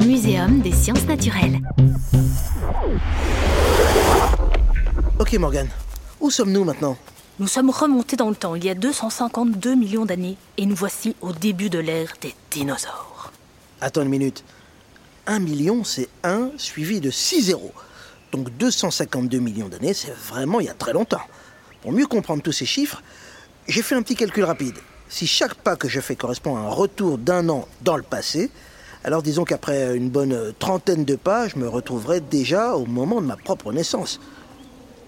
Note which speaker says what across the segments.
Speaker 1: Muséum des sciences naturelles.
Speaker 2: Ok Morgan, où sommes-nous maintenant
Speaker 3: Nous sommes remontés dans le temps, il y a 252 millions d'années, et nous voici au début de l'ère des dinosaures.
Speaker 2: Attends une minute. 1 million, c'est 1 suivi de 6 zéros. Donc 252 millions d'années, c'est vraiment il y a très longtemps. Pour mieux comprendre tous ces chiffres, j'ai fait un petit calcul rapide. Si chaque pas que je fais correspond à un retour d'un an dans le passé, alors disons qu'après une bonne trentaine de pas, je me retrouverai déjà au moment de ma propre naissance.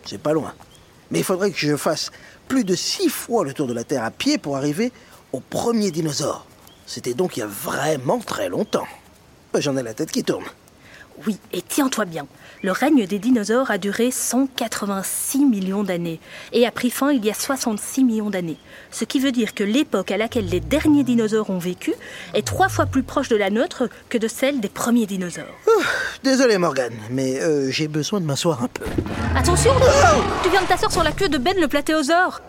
Speaker 2: C'est pas loin. Mais il faudrait que je fasse plus de 6 fois le tour de la Terre à pied pour arriver au premier dinosaure. C'était donc il y a vraiment très longtemps. Euh, J'en ai la tête qui tourne.
Speaker 3: Oui, et tiens-toi bien, le règne des dinosaures a duré 186 millions d'années et a pris fin il y a 66 millions d'années. Ce qui veut dire que l'époque à laquelle les derniers dinosaures ont vécu est trois fois plus proche de la nôtre que de celle des premiers dinosaures.
Speaker 2: Ouf, désolé Morgane, mais euh, j'ai besoin de m'asseoir un peu.
Speaker 3: Attention Tu viens de t'asseoir sur la queue de Ben le platéosaure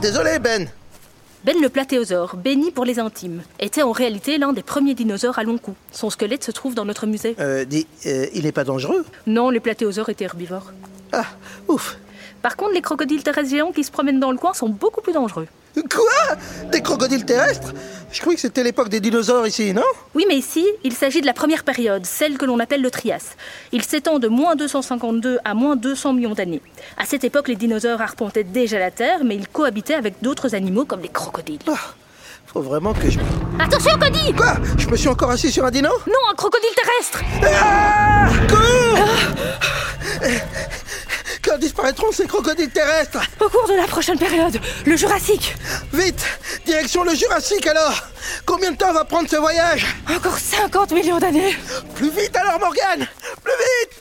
Speaker 2: Désolé Ben
Speaker 3: Ben le platéosaure, béni pour les intimes, était en réalité l'un des premiers dinosaures à long cou. Son squelette se trouve dans notre musée.
Speaker 2: Euh, dis, euh, il n'est pas dangereux
Speaker 3: Non, les platéosaures étaient herbivores.
Speaker 2: Ah, ouf
Speaker 3: Par contre, les crocodiles terrestres géants qui se promènent dans le coin sont beaucoup plus dangereux.
Speaker 2: Quoi Des crocodiles terrestres Je croyais que c'était l'époque des dinosaures ici, non
Speaker 3: Oui, mais ici, il s'agit de la première période, celle que l'on appelle le Trias. Il s'étend de moins 252 à moins 200 millions d'années. À cette époque, les dinosaures arpentaient déjà la Terre, mais ils cohabitaient avec d'autres animaux comme les crocodiles.
Speaker 2: Ah, Faut vraiment que je...
Speaker 3: Attention, Cody
Speaker 2: Quoi Je me suis encore assis sur un dino
Speaker 3: Non, un crocodile terrestre
Speaker 2: Ah Cours Ah. Quand disparaîtront ces crocodiles terrestres
Speaker 3: Au cours de la prochaine période, le Jurassique
Speaker 2: Vite Direction le Jurassique alors Combien de temps va prendre ce voyage
Speaker 3: Encore 50 millions d'années
Speaker 2: Plus vite alors Morgane Plus vite